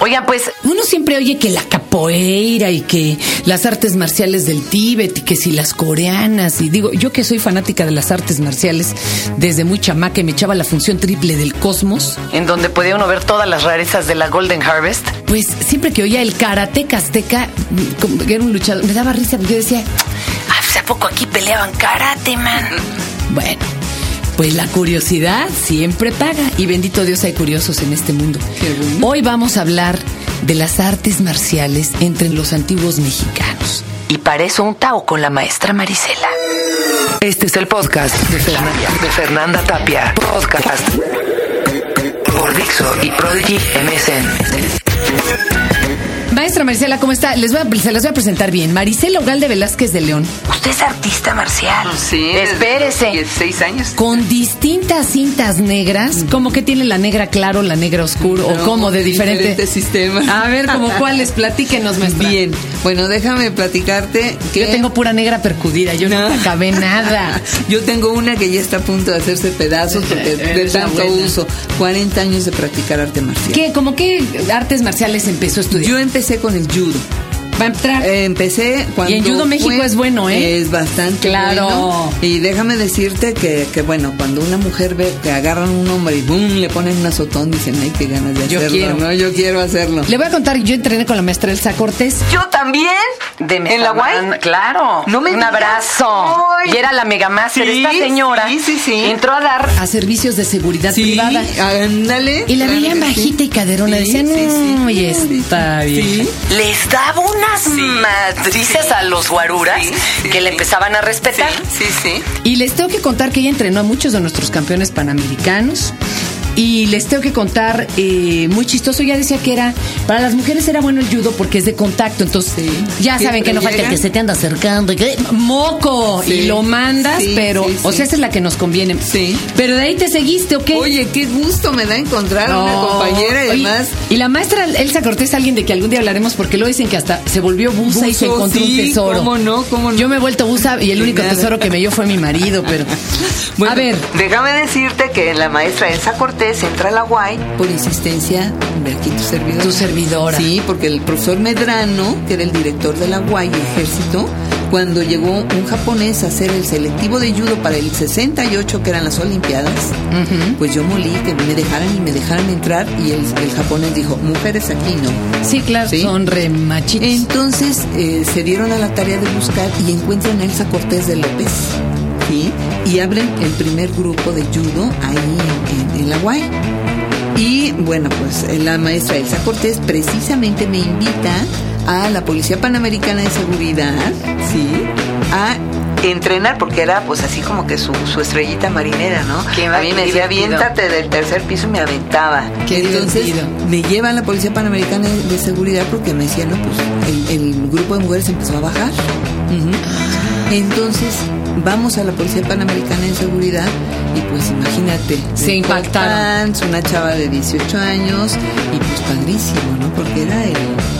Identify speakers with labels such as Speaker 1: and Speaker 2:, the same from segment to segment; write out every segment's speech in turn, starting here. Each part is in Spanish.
Speaker 1: Oigan, pues
Speaker 2: Uno siempre oye que la capoeira y que las artes marciales del Tíbet y que si las coreanas y digo, yo que soy fanática de las artes marciales desde muy chamaca y me echaba la función triple del cosmos,
Speaker 1: en donde podía uno ver todas las rarezas de la Golden Harvest.
Speaker 2: pues siempre que oía el karate azteca, mm, como que era un luchador, me daba risa porque yo decía,
Speaker 1: Ah, pues, ¿a poco aquí peleaban karate, man?
Speaker 2: bueno, pues la curiosidad siempre paga y bendito Dios hay curiosos en este mundo. Hoy vamos a hablar de las artes marciales entre los antiguos mexicanos.
Speaker 1: Y para eso un Tao con la maestra Marisela. Este es el podcast de Fernanda, de Fernanda Tapia. Podcast por Dixo y Prodigy MSN.
Speaker 2: Maestra Marisela, ¿cómo está? Les voy a- se las voy a presentar bien. Marisela Ugalde Velázquez de León,
Speaker 1: Usted es artista marcial.
Speaker 3: Sí.
Speaker 1: Espérese.
Speaker 3: 16 años.
Speaker 2: con distintas cintas
Speaker 3: Mm.
Speaker 2: negras, como que tiene la negra claro, la negra oscuro, o como de diferente.
Speaker 3: diferentes sistemas.
Speaker 2: A ver, como cuáles, platíquenos, maestra.
Speaker 3: Bien. Bueno, déjame platicarte que
Speaker 2: Yo tengo pura negra percudida, yo no,
Speaker 3: No.
Speaker 2: acabé nada.
Speaker 3: Yo tengo una que ya está a punto de hacerse pedazos porque de
Speaker 2: Eres la
Speaker 3: tanto
Speaker 2: buena.
Speaker 3: uso. 40 años de practicar arte marcial.
Speaker 2: ¿Qué? ¿Cómo qué artes marciales empezó a estudiar?
Speaker 3: Yo empecé con el judo.
Speaker 2: Va a entrar.
Speaker 3: eh, Empecé cuando
Speaker 2: Y en judo
Speaker 3: fue-
Speaker 2: México es bueno, ¿eh?
Speaker 3: Es bastante
Speaker 2: Claro.
Speaker 3: bueno. Y déjame decirte que, que, bueno, cuando una mujer ve que agarran un hombre y boom, le ponen un azotón, dicen, ay, qué ganas de
Speaker 2: Yo
Speaker 3: hacerlo,
Speaker 2: quiero.
Speaker 3: ¿no? Yo quiero hacerlo.
Speaker 2: Le voy a contar, yo entrené con la maestra Elsa Cortés.
Speaker 3: ¿Yo también?
Speaker 1: De
Speaker 3: ¿En la
Speaker 1: Mezaman,
Speaker 3: Guay?
Speaker 1: Claro.
Speaker 3: No me
Speaker 1: Un
Speaker 3: digas.
Speaker 1: abrazo.
Speaker 3: Ay.
Speaker 1: Y era la megamaster.
Speaker 3: Sí,
Speaker 1: Esta señora
Speaker 3: sí, sí, sí.
Speaker 1: entró a dar
Speaker 2: a servicios de seguridad
Speaker 3: Sí,
Speaker 2: privada.
Speaker 3: ándale.
Speaker 2: Y la veían
Speaker 3: Claro que sí.
Speaker 2: bajita y caderona.
Speaker 3: Sí,
Speaker 2: Decían,
Speaker 3: sí, sí.
Speaker 2: no, y está bien.
Speaker 3: Sí.
Speaker 1: les daba unas matrices a los guaruras
Speaker 3: Sí, sí,
Speaker 1: que le
Speaker 3: sí.
Speaker 1: empezaban a respetar.
Speaker 3: Sí, sí.
Speaker 2: Y les tengo que contar que ella entrenó a muchos de nuestros campeones panamericanos. Y les tengo que contar, eh, muy chistoso, ya decía que era, para las mujeres era bueno el judo porque es de contacto, entonces
Speaker 3: Sí.
Speaker 2: ya saben
Speaker 3: Siempre
Speaker 2: que no falta el
Speaker 3: llegan.
Speaker 2: que se te anda acercando, y que, moco,
Speaker 3: Sí.
Speaker 2: y lo mandas,
Speaker 3: Sí,
Speaker 2: pero,
Speaker 3: sí,
Speaker 2: o
Speaker 3: sí.
Speaker 2: sea, esa es la que nos conviene.
Speaker 3: Sí.
Speaker 2: Pero de ahí te seguiste, ¿o qué?
Speaker 3: Oye, qué gusto me da encontrar a
Speaker 2: No.
Speaker 3: una compañera y
Speaker 2: Oye,
Speaker 3: además.
Speaker 2: Y la maestra Elsa Cortés, alguien de que algún día hablaremos, porque luego dicen que hasta se volvió busa y pues se
Speaker 3: Buzo,
Speaker 2: encontró un
Speaker 3: sí,
Speaker 2: tesoro.
Speaker 3: cómo no, cómo no.
Speaker 2: Yo me he vuelto busa y el
Speaker 3: De
Speaker 2: único
Speaker 3: nada.
Speaker 2: tesoro que me dio fue mi marido, pero.
Speaker 3: Bueno,
Speaker 2: a ver,
Speaker 4: Déjame decirte que la maestra Elsa Cortés entra a la UAI
Speaker 3: Por insistencia de aquí tu servidora.
Speaker 2: Tu servidora.
Speaker 3: Sí, porque el profesor Medrano, que era el director de la UAI Ejército, cuando llegó un japonés a hacer el selectivo de judo para el 68, que eran las Olimpiadas, pues yo molí que me dejaran y me dejaran entrar y el, el japonés dijo, mujeres aquí no.
Speaker 2: sí, claro,
Speaker 3: Sí.
Speaker 2: son remachitos.
Speaker 3: Entonces eh, se dieron a la tarea de buscar y encuentran a Elsa Cortés de López. ¿sí? Y abren el primer grupo de judo ahí en, en- en la UAI. Y bueno, pues eh, la maestra Elsa Cortés precisamente me invita a la Policía Panamericana de Seguridad, ¿sí? A
Speaker 4: entrenar porque era pues así como que su, su estrellita marinera, ¿no?
Speaker 1: Qué
Speaker 4: a mí
Speaker 1: divertido.
Speaker 4: me decía, aviéntate del tercer piso y me aventaba.
Speaker 2: Qué
Speaker 3: entonces
Speaker 2: divertido.
Speaker 3: me lleva a la Policía Panamericana de- de Seguridad porque me decía, no, pues el, el grupo de mujeres empezó a bajar. Ujú. Entonces vamos a la Policía Panamericana de Seguridad y pues imagínate.
Speaker 2: Se
Speaker 3: el
Speaker 2: impactaron.
Speaker 3: Pans, Una chava de 18 años y pues padrísimo, ¿no? Porque era el,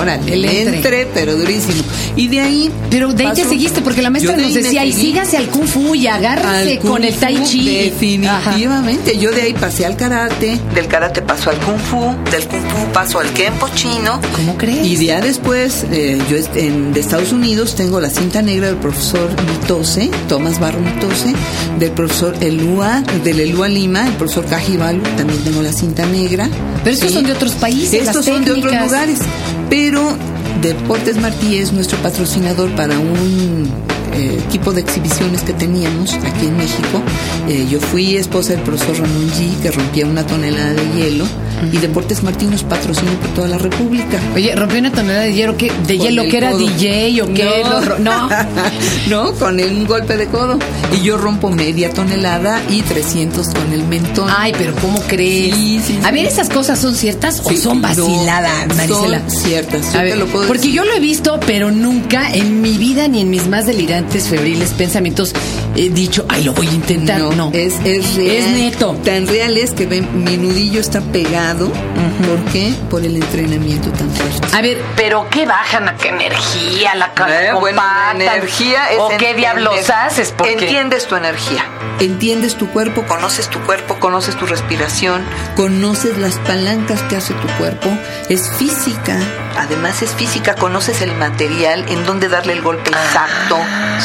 Speaker 3: órale,
Speaker 2: El
Speaker 3: el
Speaker 2: entre.
Speaker 3: entre. pero durísimo. Y de ahí...
Speaker 2: pero de ahí te
Speaker 3: pasó-
Speaker 2: seguiste, porque la maestra
Speaker 3: Yo de
Speaker 2: nos
Speaker 3: ahí me
Speaker 2: decía, y
Speaker 3: seguí
Speaker 2: sígase al Kung Fu y agárrese
Speaker 3: al Kung
Speaker 2: con el Tai
Speaker 3: Fu,
Speaker 2: Chi. Ajá.
Speaker 3: Definitivamente, yo de ahí pasé al karate,
Speaker 4: Del karate pasó al kung fu, del kung fu pasó al kenpo chino.
Speaker 2: ¿Cómo crees?
Speaker 3: Y día después, eh, yo est- en- de Estados Unidos tengo la cinta negra del profesor Mitose, Tomás Barro Mitose, del profesor Elúa, del Elúa Lima, el profesor Cajibalu, también tengo la cinta negra.
Speaker 2: Pero estos son de otros países,
Speaker 3: Estos
Speaker 2: las
Speaker 3: son de otros
Speaker 2: técnicas.
Speaker 3: lugares. Pero Deportes Martí es nuestro patrocinador para un eh, equipo de exhibiciones que teníamos aquí en México. Eh, yo fui esposa del profesor Ramón G, que rompía una tonelada de hielo. Y Deportes Martí nos patrocinó por toda la República.
Speaker 2: Oye, rompió una tonelada de hielo, que, de
Speaker 3: Con
Speaker 2: hielo
Speaker 3: el
Speaker 2: que era
Speaker 3: codo.
Speaker 2: DJ o qué.
Speaker 3: No.
Speaker 2: lo ro- no.
Speaker 3: no, con el- un golpe de codo. Y yo rompo media tonelada y 300 con el mentón.
Speaker 2: Ay, pero ¿cómo crees?
Speaker 3: Sí, sí,
Speaker 2: A
Speaker 3: sí.
Speaker 2: ver, ¿esas cosas son ciertas o
Speaker 3: Sí,
Speaker 2: son
Speaker 3: no,
Speaker 2: vaciladas, Marisela?
Speaker 3: Son ciertas. Yo
Speaker 2: A
Speaker 3: te
Speaker 2: ver,
Speaker 3: lo puedo
Speaker 2: porque
Speaker 3: decir.
Speaker 2: yo lo he visto, pero nunca en mi vida ni en mis más delirantes, febriles pensamientos he dicho, ay, lo voy a intentar. No,
Speaker 3: No, Es, es real.
Speaker 2: Es neto.
Speaker 3: Tan real es que ven, mi nudillo está pegado lado. ¿Por qué? Por el entrenamiento tan fuerte.
Speaker 2: A ver, pero qué bajan, a qué energía, la
Speaker 4: Eh,
Speaker 2: cara.
Speaker 4: bueno, la energía es
Speaker 2: ¿O qué
Speaker 4: entender-
Speaker 2: diablos haces? Porque
Speaker 4: Entiendes tu energía,
Speaker 3: Entiendes tu cuerpo,
Speaker 4: conoces tu cuerpo, conoces tu respiración.
Speaker 3: conoces las palancas que hace tu cuerpo, es física.
Speaker 4: Además es física, conoces el material, en dónde darle el golpe
Speaker 2: Ah.
Speaker 4: exacto,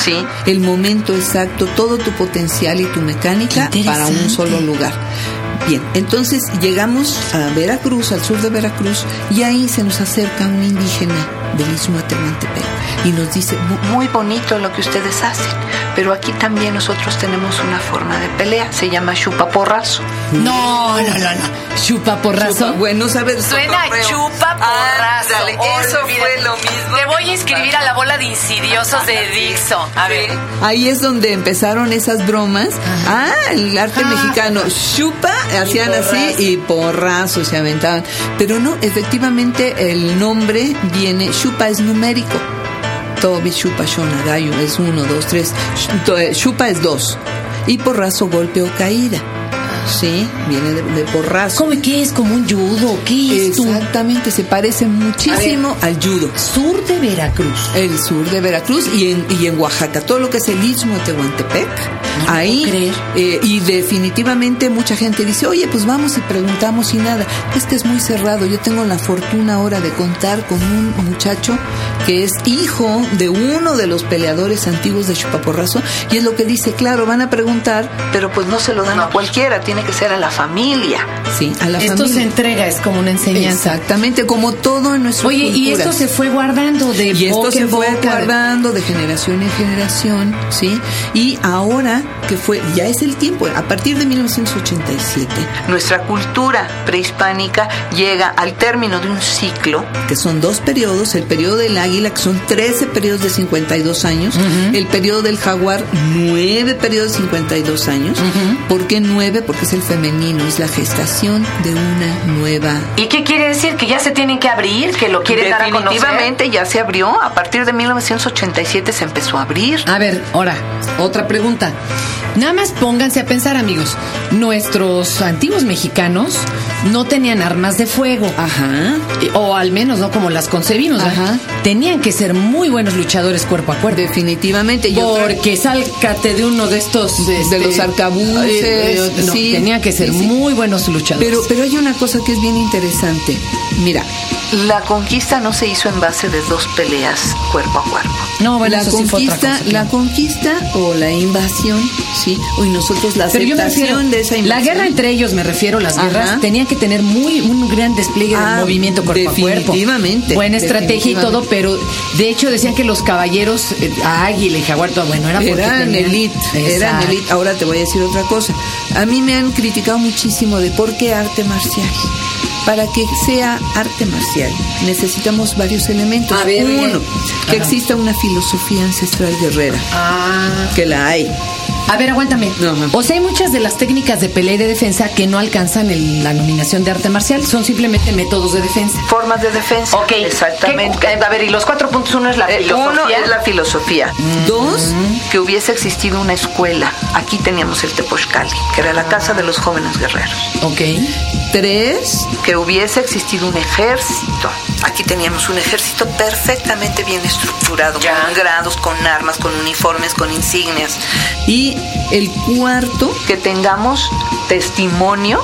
Speaker 4: ¿sí?
Speaker 3: el momento exacto, todo tu potencial y tu mecánica
Speaker 2: Qué
Speaker 3: para
Speaker 2: interesante.
Speaker 3: un solo lugar. Bien, entonces llegamos a Veracruz, al sur de Veracruz, y ahí se nos acerca un indígena del Istmo de Tehuantepec y nos dice, "Bu-
Speaker 4: Muy bonito lo que ustedes hacen, pero aquí también nosotros tenemos una forma de pelea, se llama chupaporrazo.
Speaker 2: No, no, no, no. Chupa porrazo.
Speaker 3: chupa, bueno, sabes,
Speaker 2: Suena
Speaker 4: Cotorreo.
Speaker 2: chupa porrazo.
Speaker 4: Ándale, eso
Speaker 2: Olvídate.
Speaker 4: fue lo mismo
Speaker 2: Te
Speaker 4: que
Speaker 2: voy
Speaker 4: chupa.
Speaker 2: a inscribir a la bola de insidiosos de Dixo. A ver.
Speaker 3: Ahí es donde empezaron esas bromas. Ah, el arte
Speaker 2: Ah.
Speaker 3: mexicano. Chupa, hacían así y porrazo se aventaban. Pero no, efectivamente el nombre viene, chupa es numérico. Tobi, chupa, shonagayo es uno, dos, tres. Sh- to- eh, Chupa es dos. Y porrazo, golpe o caída. Sí, viene de, de porrazo.
Speaker 2: ¿Cómo qué es como un judo? ¿Qué es tu
Speaker 3: Exactamente, se parece muchísimo al judo.
Speaker 2: sur de Veracruz?
Speaker 3: El sur de Veracruz y en, y en Oaxaca, todo lo que es el istmo de Tehuantepec.
Speaker 2: No lo
Speaker 3: ahí,
Speaker 2: puedo creer.
Speaker 3: eh, y definitivamente mucha gente dice, oye, pues vamos y preguntamos y nada. Es que es muy cerrado. Yo tengo la fortuna ahora de contar con un muchacho que es hijo de uno de los peleadores antiguos de Chupaporrazo y es lo que dice, claro, van a preguntar,
Speaker 4: Pero pues no se lo dan a cualquiera, tiene que ser a la familia.
Speaker 3: sí, a la
Speaker 2: Esto se
Speaker 3: familia.
Speaker 2: entrega, es como una enseñanza.
Speaker 3: Exactamente, como todo en nuestro
Speaker 2: Oye, y esto se fue guardando de
Speaker 3: Y esto
Speaker 2: boca
Speaker 3: se
Speaker 2: en
Speaker 3: fue
Speaker 2: boca.
Speaker 3: guardando de generación en generación, ¿sí? Y ahora que fue, ya es el tiempo, a partir de 1987,
Speaker 4: Nuestra cultura prehispánica llega al término de un ciclo
Speaker 3: que son dos periodos, el periodo del águila, que son 13 periodos de 52 años, el periodo del jaguar, 9 periodos de 52 años. ¿Por qué 9? Porque es el femenino, es la gestación de una nueva
Speaker 2: ¿Y qué quiere decir? ¿Que ya se tienen que abrir? ¿Que lo quieren dar a conocer?
Speaker 4: Definitivamente ya se abrió. A partir de 1987 se empezó a abrir.
Speaker 2: A ver, ahora, otra pregunta. Nada más pónganse a pensar, amigos. Nuestros antiguos mexicanos no tenían armas de fuego.
Speaker 3: Ajá.
Speaker 2: Eh, O al menos no como las concebimos. ¿verdad?
Speaker 3: Ajá.
Speaker 2: Tenían que ser muy buenos luchadores cuerpo a cuerpo.
Speaker 3: Definitivamente. y otra-
Speaker 2: Porque sálcate de uno de estos... este,
Speaker 3: los arcabuces,
Speaker 2: eh, eh, no,
Speaker 3: sí,
Speaker 2: tenían que ser
Speaker 3: sí, sí.
Speaker 2: muy buenos luchadores.
Speaker 3: Pero, pero hay una cosa que es bien interesante. Mira,
Speaker 4: La conquista no se hizo en base de dos peleas cuerpo a cuerpo.
Speaker 2: no, bueno,
Speaker 3: la
Speaker 2: eso sí fue otra
Speaker 3: conquista,
Speaker 2: cosa,
Speaker 3: la
Speaker 2: claro.
Speaker 3: conquista o la invasión, sí, o y nosotros la
Speaker 2: Pero yo me refiero,
Speaker 3: aceptación de esa invasión.
Speaker 2: la guerra entre ellos, me refiero, las
Speaker 3: Ajá.
Speaker 2: guerras, tenían que tener muy un gran despliegue
Speaker 3: Ah,
Speaker 2: de movimiento cuerpo a cuerpo.
Speaker 3: definitivamente,
Speaker 2: Buena estrategia y
Speaker 3: definitivamente.
Speaker 2: todo, pero de hecho decían que los caballeros, eh, águila y jaguar, todo, bueno, era porque
Speaker 3: eran
Speaker 2: tenían-
Speaker 3: elite, eran
Speaker 2: Exacto.
Speaker 3: elite. Ahora te voy a decir otra cosa. A mí me han criticado muchísimo de por qué arte marcial. Para que sea arte marcial necesitamos varios elementos.
Speaker 2: A ver,
Speaker 3: Uno,
Speaker 2: bien.
Speaker 3: que
Speaker 2: Ajá.
Speaker 3: exista una filosofía ancestral guerrera,
Speaker 2: Ah.
Speaker 3: que la hay.
Speaker 2: A ver, aguántame.
Speaker 3: Ajá.
Speaker 2: O sea, hay muchas de las técnicas de pelea y de defensa que no alcanzan el- la nominación de arte marcial, son simplemente métodos de defensa.
Speaker 4: Formas de defensa.
Speaker 2: Ok.
Speaker 4: Exactamente.
Speaker 2: ¿Qué- a ver, y los cuatro puntos, uno es la
Speaker 4: Eh, Uno
Speaker 2: filosofía.
Speaker 4: es la filosofía.
Speaker 3: Dos,
Speaker 4: Que hubiese existido una escuela. Aquí teníamos el Tepochcali, que era la casa de los jóvenes guerreros.
Speaker 2: Ok.
Speaker 3: tres,
Speaker 4: Que hubiese existido un ejército. Aquí teníamos un ejército perfectamente bien estructurado, con grados, con armas, con uniformes, con insignias.
Speaker 3: y el cuarto,
Speaker 4: que tengamos testimonio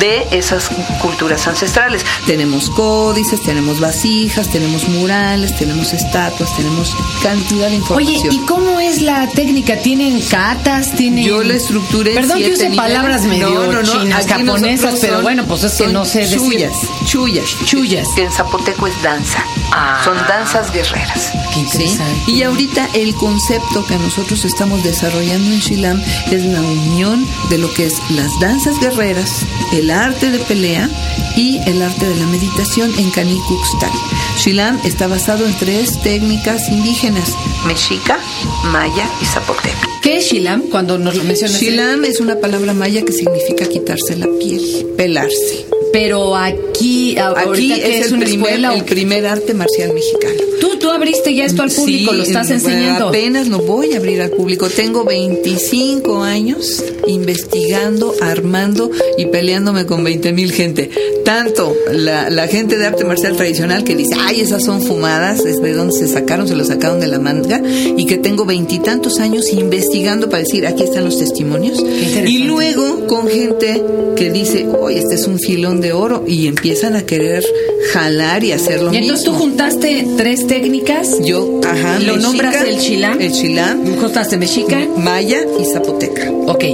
Speaker 4: de esas culturas ancestrales.
Speaker 3: Tenemos códices, tenemos vasijas, tenemos murales, tenemos estatuas, tenemos cantidad
Speaker 2: Oye,
Speaker 3: de información.
Speaker 2: ¿y cómo es la técnica? ¿Tienen catas? ¿Tienen...?
Speaker 3: yo la estructuré. en
Speaker 2: Perdón que
Speaker 3: siete
Speaker 2: use
Speaker 3: niveles.
Speaker 2: palabras medio
Speaker 3: No, no, no,
Speaker 2: chinas,
Speaker 3: aquí
Speaker 2: japonesas,
Speaker 3: nosotros
Speaker 2: pero
Speaker 3: son-
Speaker 2: bueno, pues es que
Speaker 3: son
Speaker 2: no sé decir.
Speaker 3: Chuyas, chuyas.
Speaker 2: Chuyas.
Speaker 4: Que en zapoteco es danza.
Speaker 2: Ah.
Speaker 4: Son danzas guerreras.
Speaker 2: Qué
Speaker 3: ¿sí?
Speaker 2: interesante.
Speaker 3: Y ahorita el concepto que nosotros estamos desarrollando en Shilam es la unión de lo que es las danzas guerreras, el arte de pelea y el arte de la meditación en Kanikukstal. Shilam está basado en tres técnicas indígenas,
Speaker 4: Mexica, maya y zapoteca.
Speaker 2: ¿Qué es Shilam cuando nos lo mencionas?
Speaker 3: Shilam es una palabra maya que significa quitarse la piel, pelarse.
Speaker 2: Pero aquí, a-
Speaker 3: Aquí
Speaker 2: ahorita que es,
Speaker 3: es, el,
Speaker 2: una
Speaker 3: primer,
Speaker 2: escuela. o
Speaker 3: el
Speaker 2: qué?
Speaker 3: primer arte marcial mexicano.
Speaker 2: Tú, tú abriste ya esto al público,
Speaker 3: Sí, eh,
Speaker 2: lo estás
Speaker 3: bueno,
Speaker 2: enseñando.
Speaker 3: Apenas lo voy a abrir al público. Tengo 25 años investigando, armando y peleándome con 20 mil gente. Tanto la, la gente de arte marcial tradicional que dice, ay, esas son fumadas, es de dónde se sacaron, se lo sacaron de la manga, y que tengo veintitantos años investigando para decir, aquí están los testimonios. Y
Speaker 2: interesante.
Speaker 3: luego con gente que dice, oye, este es un filón de oro, y empiezan a querer jalar y hacer lo
Speaker 2: Y
Speaker 3: mismo.
Speaker 2: entonces tú juntaste tres técnicas.
Speaker 3: Yo, ajá.
Speaker 2: ¿Lo
Speaker 3: mexica,
Speaker 2: nombras el chilán?
Speaker 3: El chilán,
Speaker 2: Juntaste mexica.
Speaker 3: maya y zapoteca.
Speaker 2: Ok.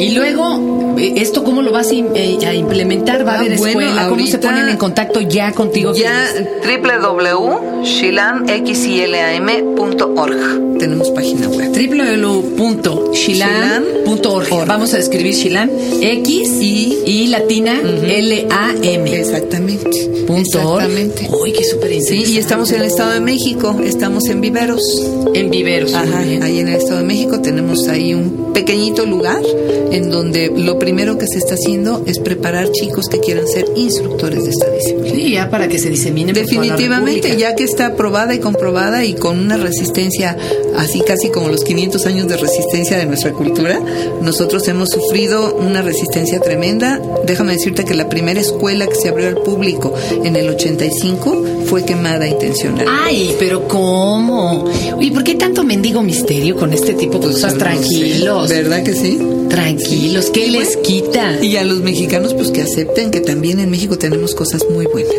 Speaker 2: Y luego, eh, ¿esto cómo lo vas a, im- eh, a implementar? ¿Va a
Speaker 3: Ah,
Speaker 2: haber
Speaker 3: bueno,
Speaker 2: escuela? ¿Cómo se
Speaker 3: ahorita-
Speaker 2: ponen en contacto ya contigo?
Speaker 3: Ya
Speaker 4: www.shilamxilam.org.
Speaker 3: tenemos página web.
Speaker 2: www.shilan.org.
Speaker 3: Shilan.
Speaker 2: Vamos a escribir Shilan. X
Speaker 3: Y-
Speaker 2: y latina L-A-M.
Speaker 3: Exactamente.
Speaker 2: Punto org.
Speaker 3: Exactamente.
Speaker 2: Uy, qué súper
Speaker 3: Sí, y estamos en el Estado de México, estamos en Viveros.
Speaker 2: en viveros.
Speaker 3: Ajá,
Speaker 2: Muy bien.
Speaker 3: ahí en el Estado de México tenemos ahí un pequeñito lugar en donde lo primero que se está haciendo es preparar chicos que quieran ser instructores de esta disciplina.
Speaker 2: Sí, ya para que se disemine. por toda la
Speaker 3: Definitivamente,
Speaker 2: República.
Speaker 3: ya que está probada y comprobada y con una resistencia así casi como los 500 años de resistencia de nuestra cultura, nosotros hemos sufrido una resistencia tremenda. Déjame decirte que la primera escuela que se abrió al público en el 85 fue quemada intencional.
Speaker 2: Ay, pero ¿cómo? ¿Y por qué tanto mendigo misterio con este tipo
Speaker 3: Pues,
Speaker 2: de cosas? Tranquilos,
Speaker 3: ¿Verdad que sí?
Speaker 2: tranquilos. ¿Qué les quita?
Speaker 3: Pues, Y a los mexicanos pues que acepten que también en México tenemos cosas muy buenas.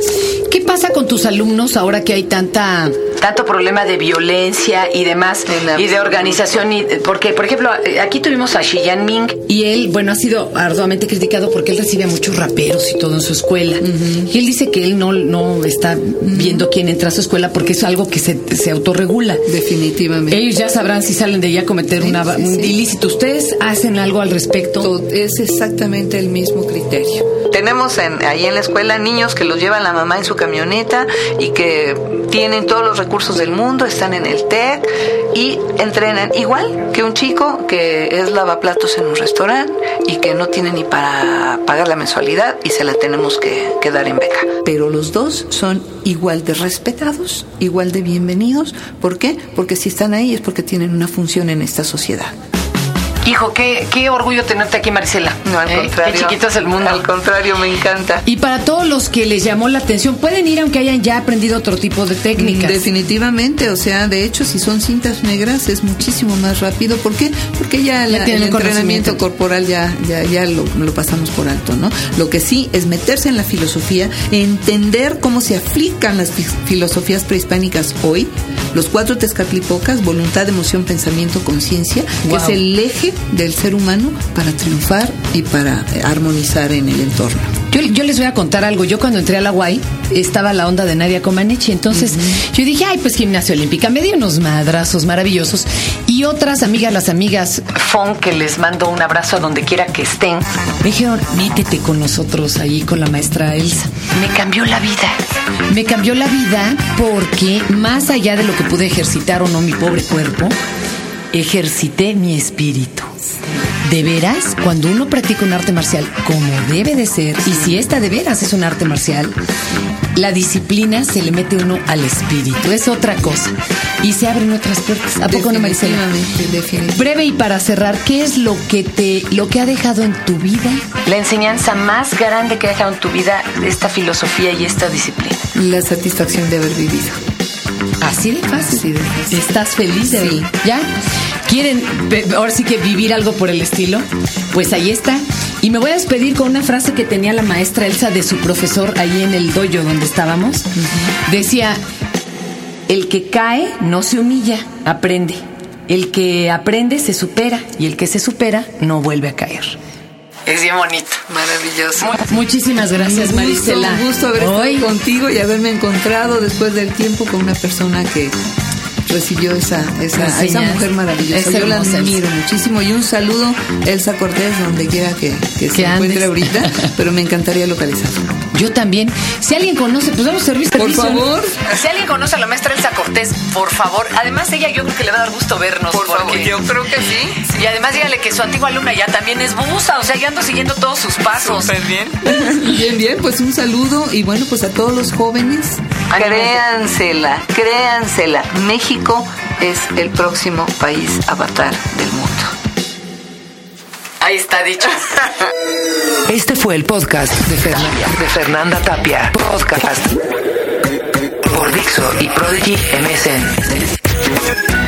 Speaker 2: ¿Qué pasa con tus alumnos ahora que hay tanta tanto problema de violencia y demás
Speaker 3: En la-
Speaker 2: y de organización y porque por ejemplo eh, aquí tuvimos a Xiyan Ming y él bueno ha sido arduamente criticado porque él recibe a muchos raperos y todo en su escuela y él dice que él no no está viendo quién entra a su escuela porque es algo que se, se autorregula
Speaker 3: Definitivamente.
Speaker 2: ellos ya sabrán si salen de allá a cometer
Speaker 3: Sí,
Speaker 2: una-
Speaker 3: sí,
Speaker 2: un
Speaker 3: sí.
Speaker 2: ilícito. ¿Ustedes hacen algo al respecto?
Speaker 3: To- Es exactamente el mismo criterio.
Speaker 4: Tenemos en- ahí en la escuela niños que los lleva la mamá en su camioneta y que tienen todos los recursos del mundo, están en el TEC y entrenan igual que un chico que es lavaplatos en un restaurante y que no tiene ni para pagar la mensualidad y se la tenemos que, que dar en beca.
Speaker 3: pero los dos son igual de respetados, igual de bienvenidos. ¿Por qué? Porque si están ahí es porque tienen una función en esta sociedad.
Speaker 2: Hijo, qué, qué orgullo tenerte aquí, Marcela.
Speaker 4: No, al
Speaker 2: ¿Eh?
Speaker 4: contrario.
Speaker 2: Qué chiquito es el mundo.
Speaker 4: Al contrario, me encanta.
Speaker 2: Y para todos los que les llamó la atención, pueden ir aunque hayan ya aprendido otro tipo de técnicas.
Speaker 3: Definitivamente, o sea, de hecho, si son cintas negras es muchísimo más rápido. ¿Por qué? Porque ya, la-
Speaker 2: tienen
Speaker 3: el
Speaker 2: el conocimiento.
Speaker 3: entrenamiento corporal ya, ya, ya lo, lo pasamos por alto, ¿no? Lo que sí es meterse en la filosofía, entender cómo se aplican las fi- filosofías prehispánicas hoy, los cuatro tezcatlipocas, voluntad, emoción, pensamiento, conciencia, que
Speaker 2: Wow.
Speaker 3: es el eje del ser humano para triunfar y para eh, armonizar en el entorno.
Speaker 2: Yo, yo les voy a contar algo. Yo cuando entré a la UAI estaba la onda de Nadia Comaneci. Entonces yo dije, ay, pues gimnasia olímpica. Me dio unos madrazos maravillosos. Y otras amigas, las amigas Fon, que les mando un abrazo a donde quiera que estén, me dijeron, métete con nosotros ahí con la maestra Elsa.
Speaker 1: Me cambió la vida.
Speaker 2: Me cambió la vida porque más allá de lo que pude ejercitar o no mi pobre cuerpo, ejercité mi espíritu. De veras, cuando uno practica un arte marcial como debe de ser, y si esta de veras es un arte marcial, la disciplina se le mete uno al espíritu, es otra cosa. Y se abren otras puertas. ¿A poco no, Maricela?
Speaker 3: Definitivamente, definitivamente.
Speaker 2: Breve y para cerrar, ¿qué es lo que te, lo que ha dejado en tu vida?
Speaker 1: La enseñanza más grande que ha dejado en tu vida esta filosofía y esta disciplina.
Speaker 3: La satisfacción de haber vivido.
Speaker 2: Así de fácil.
Speaker 3: Así de fácil.
Speaker 2: ¿Estás feliz de
Speaker 3: Sí.
Speaker 2: ahí? ¿Ya? ¿Quieren pe- ahora sí que vivir algo por el estilo? Pues ahí está. Y me voy a despedir con una frase que tenía la maestra Elsa de su profesor ahí en el dojo donde estábamos. Decía, el que cae no se humilla, aprende. El que aprende se supera y el que se supera no vuelve a caer.
Speaker 1: Es bien bonito.
Speaker 3: Maravilloso.
Speaker 2: Muchísimas gracias,
Speaker 3: Un gusto,
Speaker 2: Marisela.
Speaker 3: Un gusto haber estado
Speaker 2: Hoy,
Speaker 3: contigo y haberme encontrado después del tiempo con una persona que recibió esa,
Speaker 2: Pues
Speaker 3: esa, a esa
Speaker 2: señal.
Speaker 3: mujer maravillosa.
Speaker 2: Es
Speaker 3: Yo la
Speaker 2: hermosa,
Speaker 3: admiro
Speaker 2: Elsa.
Speaker 3: muchísimo. Y un saludo, Elsa Cortés, donde quiera que, que se
Speaker 2: Que andes.
Speaker 3: encuentre ahorita, pero me encantaría localizarla.
Speaker 2: Yo también. Si alguien conoce, pues vamos a servir
Speaker 3: Por
Speaker 2: servicio, ¿no?
Speaker 3: favor.
Speaker 2: Si alguien conoce a la maestra Elsa Cortés, por favor. Además, ella yo creo que le va a dar gusto vernos.
Speaker 4: Por favor,
Speaker 2: porque-
Speaker 4: yo creo que sí.
Speaker 2: Y además dígale que su antigua alumna ya también es busa, o sea, ya ando siguiendo todos sus pasos.
Speaker 4: Súper bien.
Speaker 3: Bien, bien, pues un saludo y bueno, pues a todos los jóvenes.
Speaker 4: Créansela, créansela. México es el próximo país avatar del mundo.
Speaker 2: Ahí está dicho.
Speaker 1: Este fue el podcast de Fernanda, de Fernanda Tapia. Podcast por Dixo y Prodigy MSN.